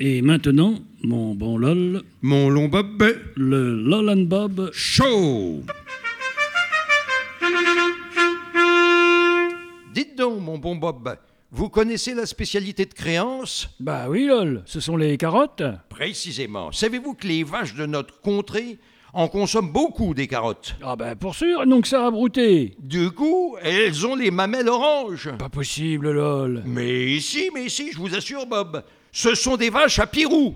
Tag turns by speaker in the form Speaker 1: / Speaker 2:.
Speaker 1: Et maintenant, mon bon LOL,
Speaker 2: Mon long bob
Speaker 1: le LOL and Bob.
Speaker 2: chaud.
Speaker 3: Dites donc, mon bon Bob, vous connaissez la spécialité de créance
Speaker 1: Bah oui, LOL, ce sont les carottes.
Speaker 3: Précisément. Savez-vous que les vaches de notre contrée en consomment beaucoup des carottes
Speaker 1: Ah bah pour sûr, donc ça a brouté.
Speaker 3: Du coup, elles ont les mamelles oranges.
Speaker 1: Pas possible, LOL.
Speaker 3: Mais si, mais si, je vous assure, Bob, ce sont des vaches à pirou.